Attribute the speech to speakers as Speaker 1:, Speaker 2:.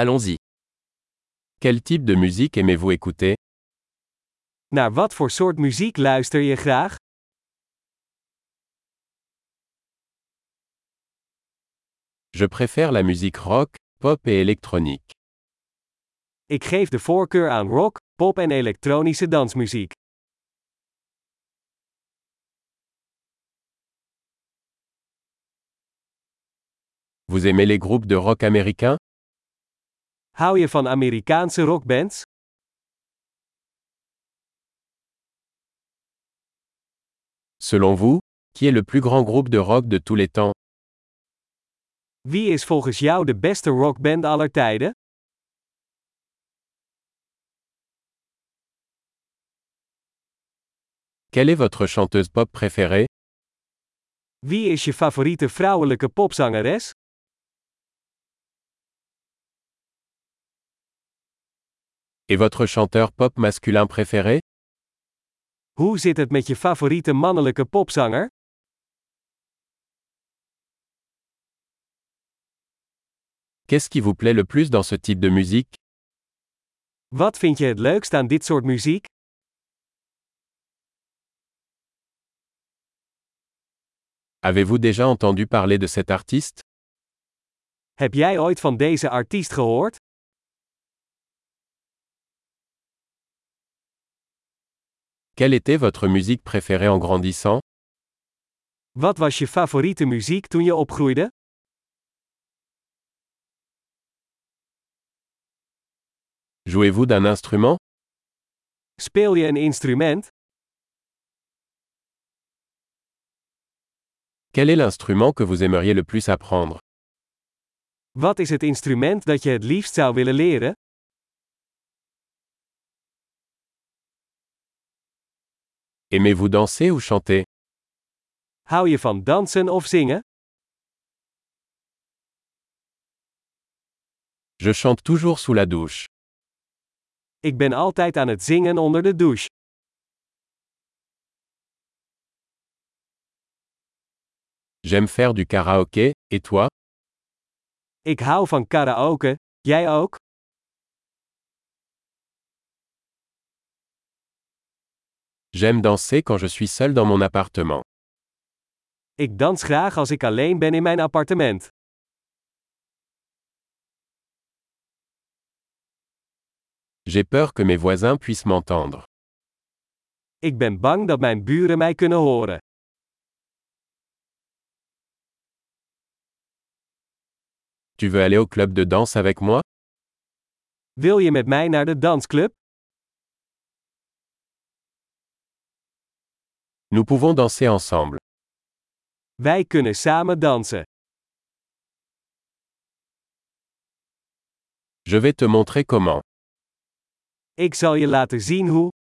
Speaker 1: Allons-y. Quel type de musique aimez-vous écouter
Speaker 2: Naar wat voor soort muziek luister je graag?
Speaker 1: Je préfère la musique rock, pop et électronique.
Speaker 2: Ik geef de voorkeur aan rock, pop en elektronische dansmuziek.
Speaker 1: Vous aimez les groupes de rock américains
Speaker 2: Hou je van Amerikaanse rockbands?
Speaker 1: Selon vous, qui est le plus grand groupe de rock de tous les temps
Speaker 2: Wie is volgens jou de beste rockband aller tijden?
Speaker 1: Quelle est votre chanteuse pop préférée
Speaker 2: Wie is je favoriete vrouwelijke popzangeres?
Speaker 1: Et votre chanteur pop masculin préféré
Speaker 2: Hoe zit het met je favoriete mannelijke popzanger?
Speaker 1: Qu'est-ce qui vous plaît le plus dans ce type de musique
Speaker 2: Wat vind je het leukst aan dit soort muziek?
Speaker 1: Avez-vous déjà entendu parler de cet artiste
Speaker 2: Heb jij ooit van deze artiest gehoord?
Speaker 1: Quelle était votre musique préférée en grandissant
Speaker 2: Wat was je favoriete muziek toen je opgroeide?
Speaker 1: Jouez-vous d'un instrument
Speaker 2: Speel je een instrument?
Speaker 1: Quel est l'instrument que vous aimeriez le plus apprendre
Speaker 2: Wat is het instrument dat je het liefst zou willen leren?
Speaker 1: Aimez-vous danser ou chanter
Speaker 2: Hou je van dansen of zingen?
Speaker 1: Je chante toujours sous la douche.
Speaker 2: Ik ben altijd aan het zingen onder de douche.
Speaker 1: J'aime faire du karaoké, et toi
Speaker 2: Ik hou van karaoke, jij ook?
Speaker 1: J'aime danser quand je suis seul dans mon appartement.
Speaker 2: Ik dans graag als ik alleen ben in mijn appartement.
Speaker 1: J'ai peur que mes voisins puissent m'entendre.
Speaker 2: Ik ben bang dat mijn buren mij kunnen horen.
Speaker 1: Tu veux aller au club de danse avec moi
Speaker 2: Wil je met mij naar de dansclub?
Speaker 1: Nous pouvons danser ensemble.
Speaker 2: Wij kunnen samen dansen.
Speaker 1: Je vais te montrer comment.
Speaker 2: Ik zal je laten zien hoe.